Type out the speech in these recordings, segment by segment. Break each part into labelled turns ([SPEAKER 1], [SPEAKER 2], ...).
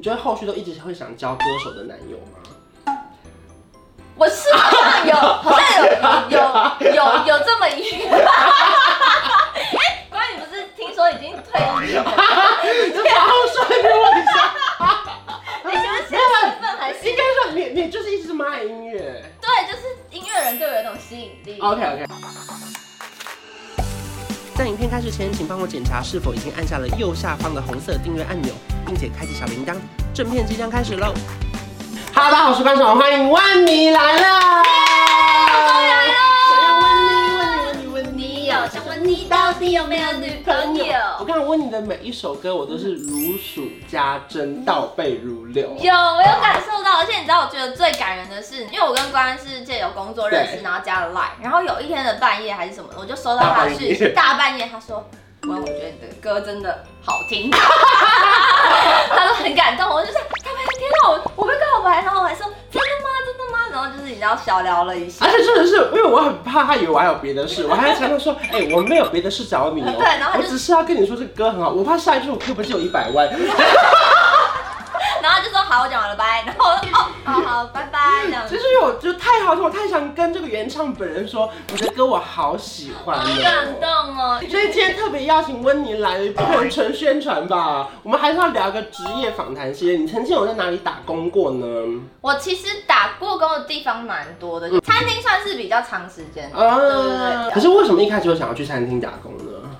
[SPEAKER 1] 你觉得后续都一直会想交歌手的男友吗？
[SPEAKER 2] 我是好像有，好像有有有有有这么一个。哎关羽不是听说已经退役了？
[SPEAKER 1] 你这好帅，你问一 下，
[SPEAKER 2] 你觉得现在身份还是
[SPEAKER 1] 应该说你你就是一直蛮爱音乐。
[SPEAKER 2] 对，就是音乐人对我有一种吸引力。
[SPEAKER 1] OK OK。在影片开始前，请帮我检查是否已经按下了右下方的红色订阅按钮，并且开启小铃铛。正片即将开始喽！Hello，大家好，我是班长，欢迎万妮来了。谁要温妮温妮温妮温妮
[SPEAKER 2] 你有想问你到底有没有女朋友？
[SPEAKER 1] 我刚刚问你的每一首歌，我都是如数家珍，倒背如流。
[SPEAKER 2] 有，我有感受到，而且你知道，我觉得最感人的是，因为我跟关是借由工作认识，
[SPEAKER 1] 对
[SPEAKER 2] 然后加了 Line，然后有一天的半夜还是什么的，我就收到他的讯息，大半夜他说，哇，我觉得你的歌真的好听， 他说很感动，我就说，大半夜天哪，我我被告白，然后我还说真的吗？真的吗？然后就是你知道小聊了一下
[SPEAKER 1] 而，且真的是，因为我很怕他以为我还有别的事，我还常常 说，哎、我没有别的事找你哦、
[SPEAKER 2] 对然后他
[SPEAKER 1] 我
[SPEAKER 2] 就
[SPEAKER 1] 只是要跟你说这歌很好，我怕下一句我课本只有一百 万，
[SPEAKER 2] 然后他就说好，我讲完了，拜。然后我说哦，好好，拜拜，这样
[SPEAKER 1] 其
[SPEAKER 2] 子。
[SPEAKER 1] 实我就太好听，我太想跟这个原唱本人说，我的歌我好喜欢、
[SPEAKER 2] 好
[SPEAKER 1] 哦
[SPEAKER 2] 感 动哦！
[SPEAKER 1] 所以今天特别邀请温妮来，不能纯宣传吧？我们还是要聊个职业访谈系列。你曾经有在哪里打工过呢？
[SPEAKER 2] 我其实打过工的地方蛮多的，餐厅算是比较长时间的。对对
[SPEAKER 1] 啊，
[SPEAKER 2] 对
[SPEAKER 1] 可是为什么一开始会想要去餐厅打工呢？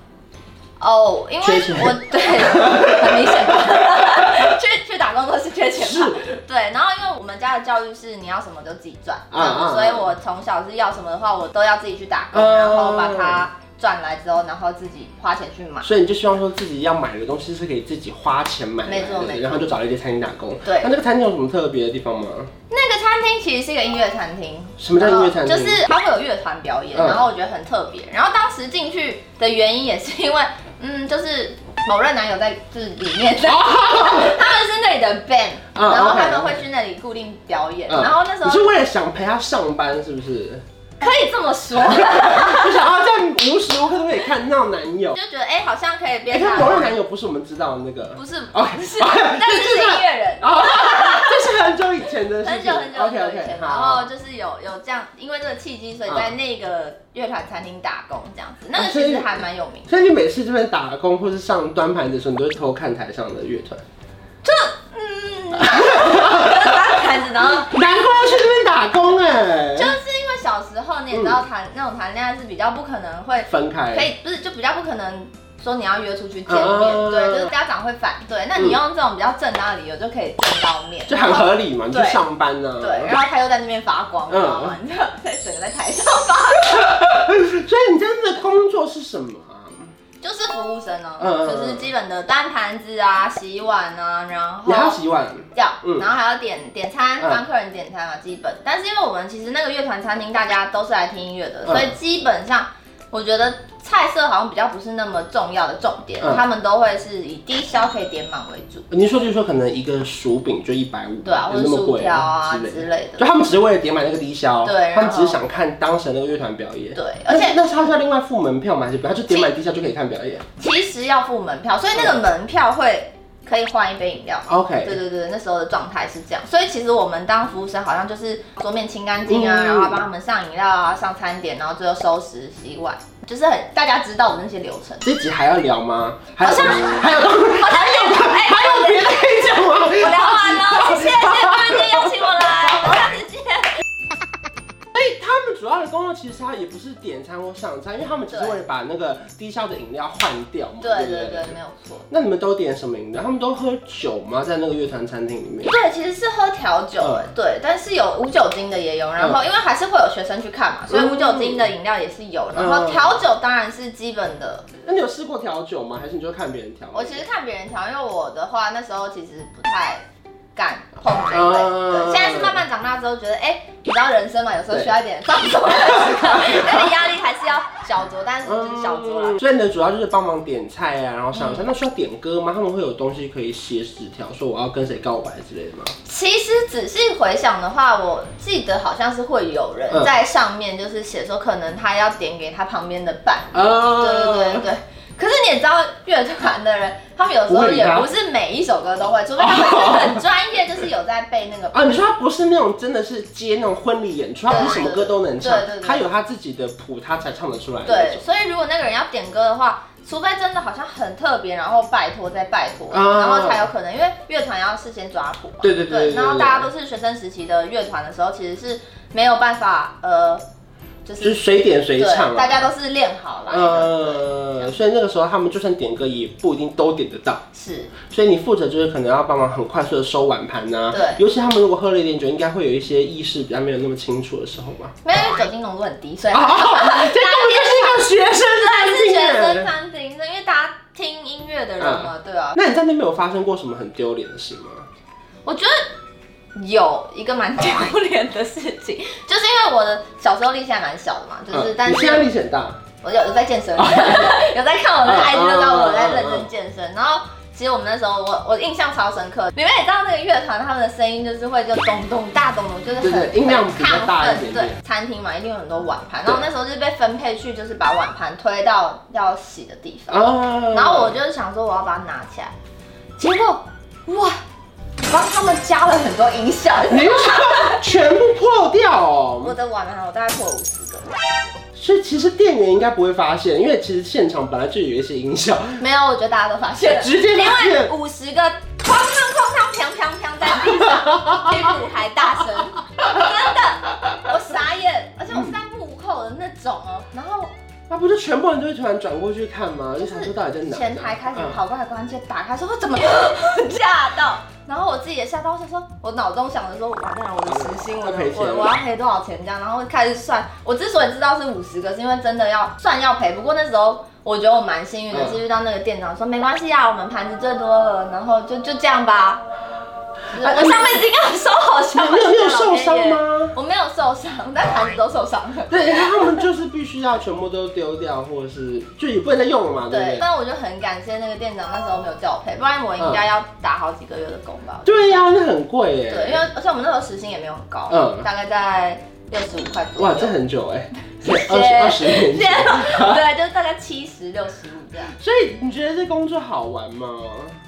[SPEAKER 2] 哦，因为
[SPEAKER 1] 缺钱
[SPEAKER 2] 我对，很明显， 去去打工都是缺钱
[SPEAKER 1] 是
[SPEAKER 2] 嘛。对，然后因为我们家的教育是你要什么就自己赚，
[SPEAKER 1] 嗯嗯嗯
[SPEAKER 2] 所以我从小是要什么的话，我都要自己去打工，
[SPEAKER 1] 嗯
[SPEAKER 2] 然后把它赚来之后，然后自己花钱去买。
[SPEAKER 1] 所以你就希望说自己要买的东西是可以自己花钱买来的，
[SPEAKER 2] 没错没错
[SPEAKER 1] 然后就找了一间餐厅打工。
[SPEAKER 2] 对
[SPEAKER 1] 那这个餐厅有什么特别的地方吗？
[SPEAKER 2] 那个餐厅其实是一个音乐餐厅，
[SPEAKER 1] 什么叫音乐餐厅
[SPEAKER 2] 然后就是它会有乐团表演，
[SPEAKER 1] 嗯
[SPEAKER 2] 然后我觉得很特别。然后当时进去的原因也是因为，嗯，就是某任男友在就是里面， 他们是那里的 band，、
[SPEAKER 1] 哦嗯
[SPEAKER 2] 然后
[SPEAKER 1] OK，
[SPEAKER 2] 他们会去那里固定表演。
[SPEAKER 1] 嗯
[SPEAKER 2] 然后那时
[SPEAKER 1] 你是
[SPEAKER 2] 候
[SPEAKER 1] 为了想陪他上班，是不 是？
[SPEAKER 2] 可以这 么说，
[SPEAKER 1] 就想要在无时无刻都可以看到男友。
[SPEAKER 2] 就觉得哎、好像可以
[SPEAKER 1] 哎、
[SPEAKER 2] 边
[SPEAKER 1] 他
[SPEAKER 2] 打
[SPEAKER 1] 某任男哦友不是我们知道的那个
[SPEAKER 2] 不是
[SPEAKER 1] ，OK，
[SPEAKER 2] 不是，
[SPEAKER 1] OK，
[SPEAKER 2] 但是是音乐人。
[SPEAKER 1] 哦， 这是很久以前的事
[SPEAKER 2] 很
[SPEAKER 1] 情。
[SPEAKER 2] 久很久很
[SPEAKER 1] OK
[SPEAKER 2] 久以前
[SPEAKER 1] OK，
[SPEAKER 2] 然后就是有有这样，因为这个契机，所以
[SPEAKER 1] 嗯哦
[SPEAKER 2] 在那个乐团餐厅打工这样子，那个
[SPEAKER 1] 所以
[SPEAKER 2] 其实还蛮有名的。
[SPEAKER 1] 所以你每次这边打工或是上端盘子的时候，你都会偷看台上的乐团，
[SPEAKER 2] 嗯，端盘子，然后
[SPEAKER 1] 难怪要去这边打工哎、
[SPEAKER 2] 就是因为小时候你也知道谈、那种谈恋爱是比较不可能会
[SPEAKER 1] 分开
[SPEAKER 2] 可以不是就比较不可能说你要约出去见
[SPEAKER 1] 啊
[SPEAKER 2] 面，对，就是家长会反对。那你用这种比较正当的理由就可以见到面，
[SPEAKER 1] 嗯就很合理嘛，你去
[SPEAKER 2] 对
[SPEAKER 1] 上班啊呢、
[SPEAKER 2] 对，然后他又在那边发光，你知道吗？
[SPEAKER 1] 嗯
[SPEAKER 2] 你知道在整个在台上发，
[SPEAKER 1] 所以你这样子的工作是什么啊？
[SPEAKER 2] 就是服务生哦、
[SPEAKER 1] 嗯嗯嗯
[SPEAKER 2] 就是基本的端盘子啊、洗碗啊，然
[SPEAKER 1] 你还要
[SPEAKER 2] 后。
[SPEAKER 1] 洗碗？
[SPEAKER 2] 叫
[SPEAKER 1] 嗯，
[SPEAKER 2] 然后还要点点餐，
[SPEAKER 1] 嗯
[SPEAKER 2] 帮客人点餐嘛，基本。但是因为我们其实那个乐团餐厅大家都是来听音乐的，
[SPEAKER 1] 嗯
[SPEAKER 2] 所以基本上我觉得菜色好像比较不是那么重要的重点
[SPEAKER 1] 嗯，
[SPEAKER 2] 他们都会是以低消可以点满为主，
[SPEAKER 1] 你说就是说，可能一个薯饼就一百五，
[SPEAKER 2] 对啊，或
[SPEAKER 1] 有
[SPEAKER 2] 者
[SPEAKER 1] 那么
[SPEAKER 2] 薯
[SPEAKER 1] 贵
[SPEAKER 2] 条啊
[SPEAKER 1] 之类的
[SPEAKER 2] 之类
[SPEAKER 1] 就
[SPEAKER 2] 的，
[SPEAKER 1] 他们只是为了点满那个低消，
[SPEAKER 2] 对然后
[SPEAKER 1] 他们只是想看当时那个乐团表演。
[SPEAKER 2] 对。
[SPEAKER 1] 那
[SPEAKER 2] 而
[SPEAKER 1] 是
[SPEAKER 2] 且
[SPEAKER 1] 那是他是要另外付门票吗？还是不要？他就点满低消就可以看表演
[SPEAKER 2] 其实要付门票，所以那个门票会可以换一杯饮料。
[SPEAKER 1] ？OK，
[SPEAKER 2] 对对对，那时候的状态是这样，所以其实我们当服务生好像就是桌面清干净啊，
[SPEAKER 1] 嗯
[SPEAKER 2] 然后帮他们上饮料啊、上餐点，然后最后收拾、洗碗，就是很大家知道我们那些流程。
[SPEAKER 1] 这集还要聊吗？还有
[SPEAKER 2] 好像
[SPEAKER 1] 还有
[SPEAKER 2] 好像有，哎、
[SPEAKER 1] 还有别的可以讲吗？
[SPEAKER 2] 我聊完了，谢谢关姐邀请我来，我们下次见。
[SPEAKER 1] 他们主要的工作其实他也不是点餐或上餐，因为他们只是
[SPEAKER 2] 对
[SPEAKER 1] 为了把那个低消的饮料换掉嘛。
[SPEAKER 2] 对
[SPEAKER 1] 不
[SPEAKER 2] 对对，没有错。
[SPEAKER 1] 那你们都点什么饮料？他们都喝酒吗？在那个乐团餐厅里面？
[SPEAKER 2] 对，其实是喝调酒，
[SPEAKER 1] 嗯
[SPEAKER 2] 哎，对，但是有无酒精的也有，然后因为还是会有学生去看嘛，所以无酒精的饮料也是有，然后
[SPEAKER 1] 嗯
[SPEAKER 2] 调酒当然是基本的。
[SPEAKER 1] 那你有试过调酒吗？还是你就看别人调？
[SPEAKER 2] 我其实看别人调，因为我的话那时候其实不太敢碰这一
[SPEAKER 1] 嗯
[SPEAKER 2] 类。对，现在是慢慢长大之后觉得，哎、你知道人生嘛，有时候需要一点放松的时刻， 但是压力还是要小酌，但是就是小酌啦。嗯
[SPEAKER 1] 嗯所以你的主要就是帮忙点菜啊，然后上菜。那需要点歌吗？他们会有东西可以写纸条，说我要跟谁告白之类的吗？
[SPEAKER 2] 其实仔细回想的话，我记得好像是会有人
[SPEAKER 1] 嗯
[SPEAKER 2] 在上面就是写说，可能他要点给他旁边的伴，
[SPEAKER 1] 啊
[SPEAKER 2] 对对对对。可是你也知道，乐团的人他们有时
[SPEAKER 1] 不
[SPEAKER 2] 候
[SPEAKER 1] 会理啊哦
[SPEAKER 2] 也
[SPEAKER 1] 他
[SPEAKER 2] 不是每一首歌都会，除非他们是很专业，就是有在背那个。
[SPEAKER 1] 啊，你说他不是那种真的是接那种婚礼演出，他不是什么歌都能唱
[SPEAKER 2] 对对，对
[SPEAKER 1] 他有他自己的谱，他才唱得出来的那
[SPEAKER 2] 对
[SPEAKER 1] 种，。
[SPEAKER 2] 所以如果那个人要点歌的话，除非真的好像很特别，然后拜托再拜托，
[SPEAKER 1] 啊
[SPEAKER 2] 然后才有可能，因为乐团要事先抓谱嘛。
[SPEAKER 1] 对对对对对
[SPEAKER 2] 然后大家都是学生时期的乐团的时候，其实是没有办法，呃，就
[SPEAKER 1] 就是
[SPEAKER 2] 是
[SPEAKER 1] 随点随唱
[SPEAKER 2] 对，大
[SPEAKER 1] 啊。
[SPEAKER 2] 家都是练好来的，
[SPEAKER 1] 呃，所以那个时候他们就算点歌也不一定都点得到，
[SPEAKER 2] 是
[SPEAKER 1] 所以你负责就是可能要帮忙很快速的收碗盘呐、
[SPEAKER 2] 对
[SPEAKER 1] 尤其他们如果喝了一点酒，应该会有一些意识比较没有那么清楚的时候 吧。
[SPEAKER 2] 没有因为酒精浓度很低，所以
[SPEAKER 1] 啊，这根本就是一个学生
[SPEAKER 2] 但
[SPEAKER 1] 餐
[SPEAKER 2] 是
[SPEAKER 1] 厅
[SPEAKER 2] 学生
[SPEAKER 1] 耶。
[SPEAKER 2] 餐厅，因为大家听音乐的人嘛，对啊，
[SPEAKER 1] 那你在那边有发生过什么很丢脸的事吗？
[SPEAKER 2] 我觉得有一个蛮丢脸的事情，就是因为我的小时候力气还蛮小的嘛，就是、
[SPEAKER 1] 嗯
[SPEAKER 2] 但
[SPEAKER 1] 你现在
[SPEAKER 2] 是
[SPEAKER 1] 力气很大，
[SPEAKER 2] 我有有在健身，
[SPEAKER 1] 哦
[SPEAKER 2] 有在看我的 IG 就知道我在认真健身，然后。其实我们那时候，我我印象超深刻。你们也知道那个乐团，他们的声音就是会就咚咚大咚咚，就是
[SPEAKER 1] 对对
[SPEAKER 2] 很
[SPEAKER 1] 音量比较大一点点
[SPEAKER 2] 很亢奋对，餐厅嘛，一定有很多碗盘，
[SPEAKER 1] 对
[SPEAKER 2] 然后那时候就是被分配去，就是把碗盘推到要洗的地方。
[SPEAKER 1] 啊，
[SPEAKER 2] 然后我就是想说我要把它拿起来，结果哇，帮他们加了很多音效，
[SPEAKER 1] 你是说全部破掉
[SPEAKER 2] 我
[SPEAKER 1] 哦？
[SPEAKER 2] 的碗啊，我大概破了五十个，
[SPEAKER 1] 所以其实店员应该不会发现，因为其实现场本来就有一些音效，
[SPEAKER 2] 没有，我觉得大家都发现了，
[SPEAKER 1] 直接
[SPEAKER 2] 另
[SPEAKER 1] 发
[SPEAKER 2] 外
[SPEAKER 1] 现。
[SPEAKER 2] 五十个哐哐哐哐砰砰砰在地上，比你还大声，真的，我傻眼，而且我是在幕后的那种哦，然后
[SPEAKER 1] 那啊不是全部人都会突然转过去看吗？就想说到底在哪？
[SPEAKER 2] 前台开始
[SPEAKER 1] 嗯
[SPEAKER 2] 跑过来关键打开说我哦怎么 吓到，然后我自己也吓到，我想说我脑中想着说完蛋了，我的时薪我
[SPEAKER 1] 要赔钱
[SPEAKER 2] 我我要赔多少钱这样，然后开始算。我之所以知道是五十个，是因为真的要算要赔，不过那时候。我觉得我蛮幸运的，
[SPEAKER 1] 嗯
[SPEAKER 2] 是遇到那个店长说没关系啊，我们盘子最多了，然后就就这样吧。我
[SPEAKER 1] 哎
[SPEAKER 2] 上辈子应该有收好
[SPEAKER 1] 你
[SPEAKER 2] 香吧
[SPEAKER 1] 有啊你有
[SPEAKER 2] 老
[SPEAKER 1] 受
[SPEAKER 2] 天
[SPEAKER 1] 伤
[SPEAKER 2] 爷？
[SPEAKER 1] 吗？
[SPEAKER 2] 我没有受伤，但盘子都受伤了。
[SPEAKER 1] 对，他们就是必须要全部都丢掉，或者是就也不能再用了嘛，对不
[SPEAKER 2] 对
[SPEAKER 1] 对，？
[SPEAKER 2] 但我就很感谢那个店长那时候没有叫我赔，不然我应该要打好几个月的工吧。
[SPEAKER 1] 对呀、那很贵耶。
[SPEAKER 2] 对，因为而且我们那时候时薪也没有很高，
[SPEAKER 1] 嗯
[SPEAKER 2] 大概在六十五块左右。
[SPEAKER 1] 哇，这 很久哎，
[SPEAKER 2] 谢谢
[SPEAKER 1] 二十二十年前。
[SPEAKER 2] 对对，就是大概七十六十五这样。
[SPEAKER 1] 所以你觉得这工作好玩吗？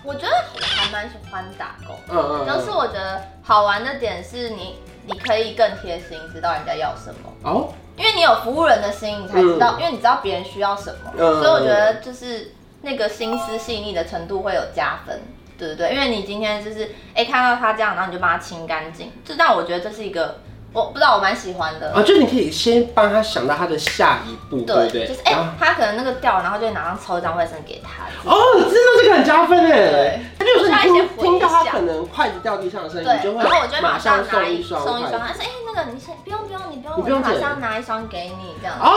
[SPEAKER 2] 我觉得我还蛮喜欢打工，
[SPEAKER 1] 嗯嗯
[SPEAKER 2] 但是
[SPEAKER 1] 嗯。
[SPEAKER 2] 我觉得好玩的点是你你可以更贴心，知道人家要什么。
[SPEAKER 1] 哦，
[SPEAKER 2] 因为你有服务人的心，你才知道，因为你知道别人需要什么，
[SPEAKER 1] 嗯
[SPEAKER 2] 所以我觉得就是那个心思细腻的程度会有加分，对对对，因为你今天就是哎、看到他这样，然后你就帮他清干净，就让我觉得这是一个我不知道我蛮喜欢的，
[SPEAKER 1] 啊，就你可以先帮他想到他的下一步，对不对？
[SPEAKER 2] 就是哎、
[SPEAKER 1] 然后
[SPEAKER 2] 他可能那个掉了，然后就会马上抽一张卫生给他，
[SPEAKER 1] 哦，你知道这个很加分哎
[SPEAKER 2] 对。
[SPEAKER 1] 他就是
[SPEAKER 2] 就是他一
[SPEAKER 1] 你
[SPEAKER 2] 些
[SPEAKER 1] 听
[SPEAKER 2] 回
[SPEAKER 1] 听到他
[SPEAKER 2] 响
[SPEAKER 1] 可能筷子掉地上的声音，
[SPEAKER 2] 对
[SPEAKER 1] 你嗯就，会
[SPEAKER 2] 然后我就会
[SPEAKER 1] 马
[SPEAKER 2] 马
[SPEAKER 1] 上
[SPEAKER 2] 上拿
[SPEAKER 1] 送
[SPEAKER 2] 一
[SPEAKER 1] 一
[SPEAKER 2] 送
[SPEAKER 1] 双
[SPEAKER 2] 一
[SPEAKER 1] 筷
[SPEAKER 2] 双，
[SPEAKER 1] 子。
[SPEAKER 2] 他说哎、那个你先不用不用你不用，
[SPEAKER 1] 你
[SPEAKER 2] 我
[SPEAKER 1] 不
[SPEAKER 2] 就
[SPEAKER 1] 用
[SPEAKER 2] 马
[SPEAKER 1] 剪
[SPEAKER 2] 上拿一双给你这样
[SPEAKER 1] 哦，哦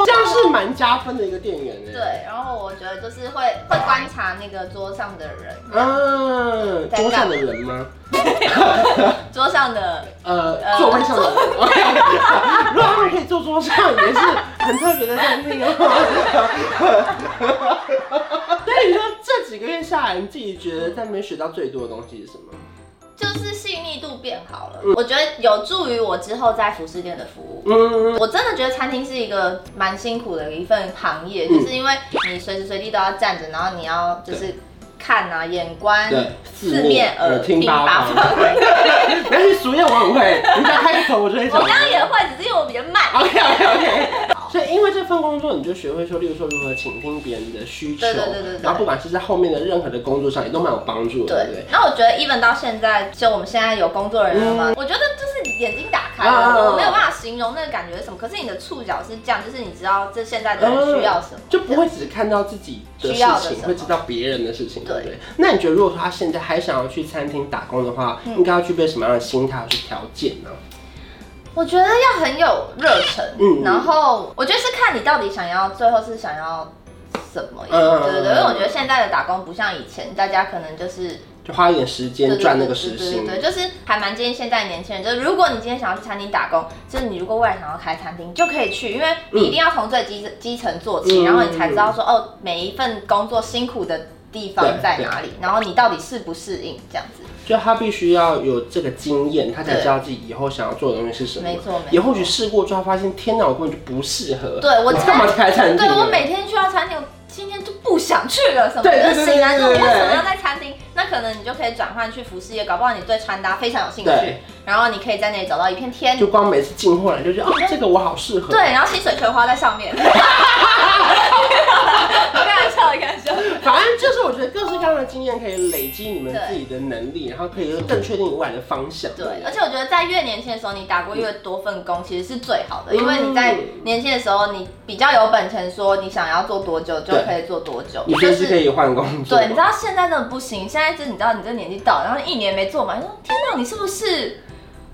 [SPEAKER 1] 哦，这样是蛮加分的一个店员哎。
[SPEAKER 2] 对，然后我觉得就是会会观察那个桌上的人，
[SPEAKER 1] 嗯，桌上的人吗？
[SPEAKER 2] 桌上的
[SPEAKER 1] 呃，
[SPEAKER 2] 呃
[SPEAKER 1] 座位上的 人。如果他们可以坐桌上，也是很特别的餐厅哦。 所以你说这几个月下来，你自己觉得在那边学到最多的东西是什么？
[SPEAKER 2] 就是细腻度变好了，我觉得有助于我之后在服饰店的服务。
[SPEAKER 1] 嗯，
[SPEAKER 2] 我真的觉得餐厅是一个蛮辛苦的一份行业，
[SPEAKER 1] 嗯
[SPEAKER 2] 就是因为你随时随地都要站着，然后你要就是看啊，眼观
[SPEAKER 1] 对，呃
[SPEAKER 2] 四面，耳
[SPEAKER 1] 听
[SPEAKER 2] 听
[SPEAKER 1] 八
[SPEAKER 2] 八
[SPEAKER 1] 方
[SPEAKER 2] 方。。
[SPEAKER 1] 没关系，俗谚我很会，你只要开个头我就会
[SPEAKER 2] 我
[SPEAKER 1] 讲。
[SPEAKER 2] 刚刚也会，只是因为我比较慢。
[SPEAKER 1] OK OK OK。所以因为这份工作，你就学会说，例如说如何倾听别人的需求，
[SPEAKER 2] 对对对对对
[SPEAKER 1] 然后不管是在后面的任何的工作上，也都蛮有帮助的，对不
[SPEAKER 2] 对
[SPEAKER 1] 对，？
[SPEAKER 2] 那我觉得 even 到现在，就我们现在有工作人员了嘛，我觉得就是眼睛打开
[SPEAKER 1] 嗯啊啊啊
[SPEAKER 2] 了，我没有办法形容那个感觉是什么，可是你的触角是这样，就是你知道这现在的人需要什么，
[SPEAKER 1] 啊就不会只看到自己的
[SPEAKER 2] 需
[SPEAKER 1] 事
[SPEAKER 2] 要的
[SPEAKER 1] 情，
[SPEAKER 2] 什么
[SPEAKER 1] 会知道别人的事情，对
[SPEAKER 2] 对
[SPEAKER 1] 不对？那你觉得，如果说他现在还想要去餐厅打工的话，
[SPEAKER 2] 嗯
[SPEAKER 1] 应该要具备什么样的心态去条件呢？
[SPEAKER 2] 我觉得要很有热忱，
[SPEAKER 1] 嗯
[SPEAKER 2] 然后我觉得是看你到底想要最后是想要什么，
[SPEAKER 1] 嗯
[SPEAKER 2] 对对对，因为我觉得现在的打工不像以前，大家可能就是
[SPEAKER 1] 就花一点时
[SPEAKER 2] 对
[SPEAKER 1] 间
[SPEAKER 2] 对
[SPEAKER 1] 赚那
[SPEAKER 2] 对
[SPEAKER 1] 个时薪，
[SPEAKER 2] 对对对，就是还蛮建议现在年轻人，就是如果你今天想要去餐厅打工，就是你如果未来想要开餐厅，就可以去，因为你一定要从最基基层做起，
[SPEAKER 1] 嗯
[SPEAKER 2] 然后你才知道说哦，每一份工作辛苦的地方
[SPEAKER 1] 对
[SPEAKER 2] 在
[SPEAKER 1] 嗯对
[SPEAKER 2] 哪里，然后你到底适不适应这样子。
[SPEAKER 1] 就他必须要有这个经验，他才
[SPEAKER 2] 对
[SPEAKER 1] 知道自己以后想要做的东西是什么。
[SPEAKER 2] 没错没错
[SPEAKER 1] 也或许试过之后发现，天哪，我根本就不适合。
[SPEAKER 2] 对我
[SPEAKER 1] 干嘛开餐厅？
[SPEAKER 2] 对我每天去到餐厅，我今天就不不想去了什么
[SPEAKER 1] 对对
[SPEAKER 2] 的，
[SPEAKER 1] 对对
[SPEAKER 2] 醒来之后为
[SPEAKER 1] 对对对
[SPEAKER 2] 什么要在餐厅？那可能你就可以转换去服饰业，搞不好你对穿搭非常有兴趣
[SPEAKER 1] 对，
[SPEAKER 2] 然后你可以在那里找到一片天。
[SPEAKER 1] 就光每次进货来就觉得哦，这个我好适合。
[SPEAKER 2] 对，，然后薪水全花在 上面。 我开玩笑，开玩笑。
[SPEAKER 1] 反正就是我觉得各式各样的经验可以累积你们自己的能力，然后可以更确定你未来的方向。
[SPEAKER 2] 对，而且我觉得在越年轻的时候，你打过越多份工，其实是最好
[SPEAKER 1] 嗯
[SPEAKER 2] 的，因为你在年轻的时候，你比较有本钱，说你想要做多久就
[SPEAKER 1] 对
[SPEAKER 2] 可以做多久，
[SPEAKER 1] 你
[SPEAKER 2] 就
[SPEAKER 1] 随时可
[SPEAKER 2] 是。
[SPEAKER 1] 以换工作。
[SPEAKER 2] 对，你知道现在真的不行，现在就是你知道你这年纪到了，然后一年没做满，你说天哪，你是不是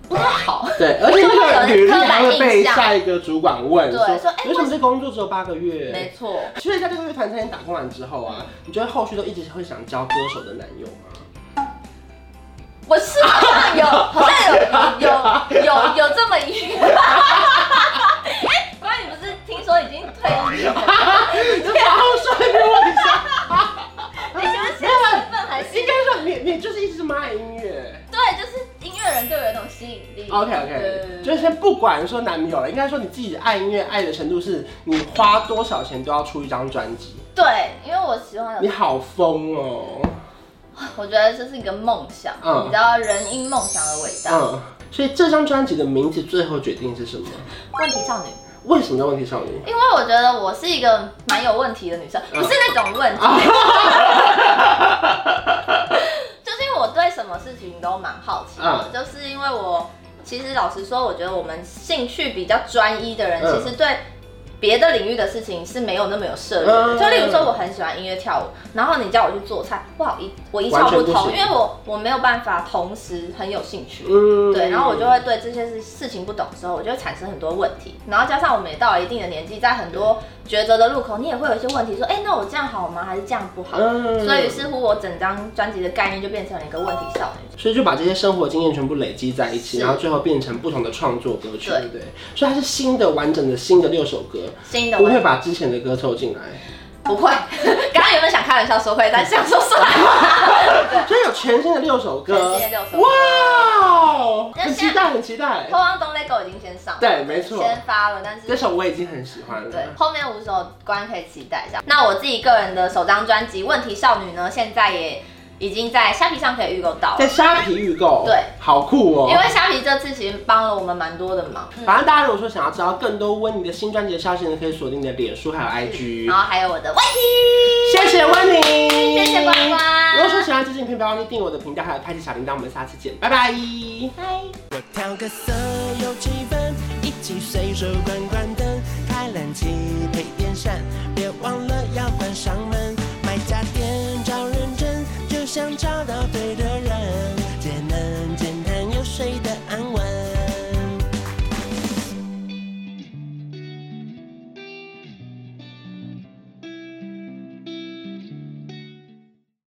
[SPEAKER 2] 不太好？
[SPEAKER 1] 对，而且那个履历还会被
[SPEAKER 2] 刻板印象
[SPEAKER 1] 下一个主管问
[SPEAKER 2] 对
[SPEAKER 1] 说
[SPEAKER 2] 说哎，
[SPEAKER 1] 为什么这工作只有八个
[SPEAKER 2] 没
[SPEAKER 1] 月？
[SPEAKER 2] 错，
[SPEAKER 1] 所以在这个乐团餐厅打工完之后啊，你觉得后续都一直会想交歌手的男友吗？
[SPEAKER 2] 我是好像有，好像有有有有这么一个。哎，关于你不是听说已经退役了吗？
[SPEAKER 1] 你好好说，你问一下。
[SPEAKER 2] 你觉得现在身份还是
[SPEAKER 1] 应该说你你就是一直这么爱音乐。
[SPEAKER 2] 对，就是音乐人对我有一种吸引力。
[SPEAKER 1] OK
[SPEAKER 2] 对
[SPEAKER 1] OK，
[SPEAKER 2] 对
[SPEAKER 1] 就
[SPEAKER 2] 对
[SPEAKER 1] 是先不管说男朋友了，应该说你自己爱音乐爱的程度是，你花多少钱都要出一张专辑。
[SPEAKER 2] 对，因为我喜欢
[SPEAKER 1] 你
[SPEAKER 2] 的，
[SPEAKER 1] 好疯哦，
[SPEAKER 2] 我觉得这是一个梦想，
[SPEAKER 1] 嗯
[SPEAKER 2] 你知道人因梦想而伟大。
[SPEAKER 1] 嗯。所以这张专辑的名字最后决定是什么？
[SPEAKER 2] 问题少女，
[SPEAKER 1] 为什么叫问题少女？
[SPEAKER 2] 因为我觉得我是一个蛮有问题的女生，
[SPEAKER 1] 嗯
[SPEAKER 2] 不是那种问
[SPEAKER 1] 啊
[SPEAKER 2] 题， 就是因为我对什么事情都蛮好奇的，
[SPEAKER 1] 嗯
[SPEAKER 2] 就是因为我其实老实说，我觉得我们兴趣比较专一的人，
[SPEAKER 1] 嗯
[SPEAKER 2] 其实对。别的领域的事情是没有那么有涉猎的，
[SPEAKER 1] 嗯
[SPEAKER 2] 就例如说我很喜欢音乐跳舞，然后你叫我去做菜，不好一我一窍
[SPEAKER 1] 完全
[SPEAKER 2] 不
[SPEAKER 1] 不
[SPEAKER 2] 通，
[SPEAKER 1] 行
[SPEAKER 2] 因为我我没有办法同时很有兴趣，
[SPEAKER 1] 嗯
[SPEAKER 2] 对，然后我就会对这些事事情不懂之后，我就会产生很多问题。然后加上我们也到了一定的年纪，在很多抉择的路口，你也会有一些问题，说，哎、那我这样好吗？还是这样不好？
[SPEAKER 1] 嗯
[SPEAKER 2] 所以于是乎，我整张专辑的概念就变成了一个问题少女。
[SPEAKER 1] 所以就把这些生活经验全部累积在一起，
[SPEAKER 2] 是
[SPEAKER 1] 然后最后变成不同的创作歌曲，
[SPEAKER 2] 对
[SPEAKER 1] 对不对？所以它是新的完整的新的六首歌，
[SPEAKER 2] 新的
[SPEAKER 1] 不会
[SPEAKER 2] 问
[SPEAKER 1] 把之前的歌凑进来，
[SPEAKER 2] 不会，刚刚原本想开玩笑说会，但想说算了。对，
[SPEAKER 1] 所以有全新的六首歌
[SPEAKER 2] 全新的六首，歌
[SPEAKER 1] 哇哦，
[SPEAKER 2] 那
[SPEAKER 1] 很
[SPEAKER 2] 现在
[SPEAKER 1] 期待，很期待
[SPEAKER 2] 《后。方东 lego》已经 先上了，
[SPEAKER 1] 对没错
[SPEAKER 2] 先发了，但是
[SPEAKER 1] 这首我已经很喜欢
[SPEAKER 2] 对
[SPEAKER 1] 了，，
[SPEAKER 2] 后面五首观可以期待一下。那我自己个人的首张专辑《问题少女》呢，现在也已经在虾皮上可以预购到
[SPEAKER 1] 在
[SPEAKER 2] 了。
[SPEAKER 1] 虾皮预购，
[SPEAKER 2] 对，
[SPEAKER 1] 好酷哦嗯
[SPEAKER 2] 因。为虾皮这次其实帮了我们蛮多的忙，
[SPEAKER 1] 反正大家如果说想要知道更多温妮的新专辑的消息呢，可以锁定你的脸书还有 IG
[SPEAKER 2] 然。后还有我的问题，
[SPEAKER 1] 谢谢温妮，
[SPEAKER 2] 谢谢关关，
[SPEAKER 1] 如果说喜欢这支影片，不要忘记订阅我的频道，还有开启小铃铛。我们下次见，拜拜。
[SPEAKER 2] 嗨。
[SPEAKER 3] 我调个色有气氛，一起随手关关灯，开冷气配电扇，别忘了要关上门。买家电找认真，就像找到对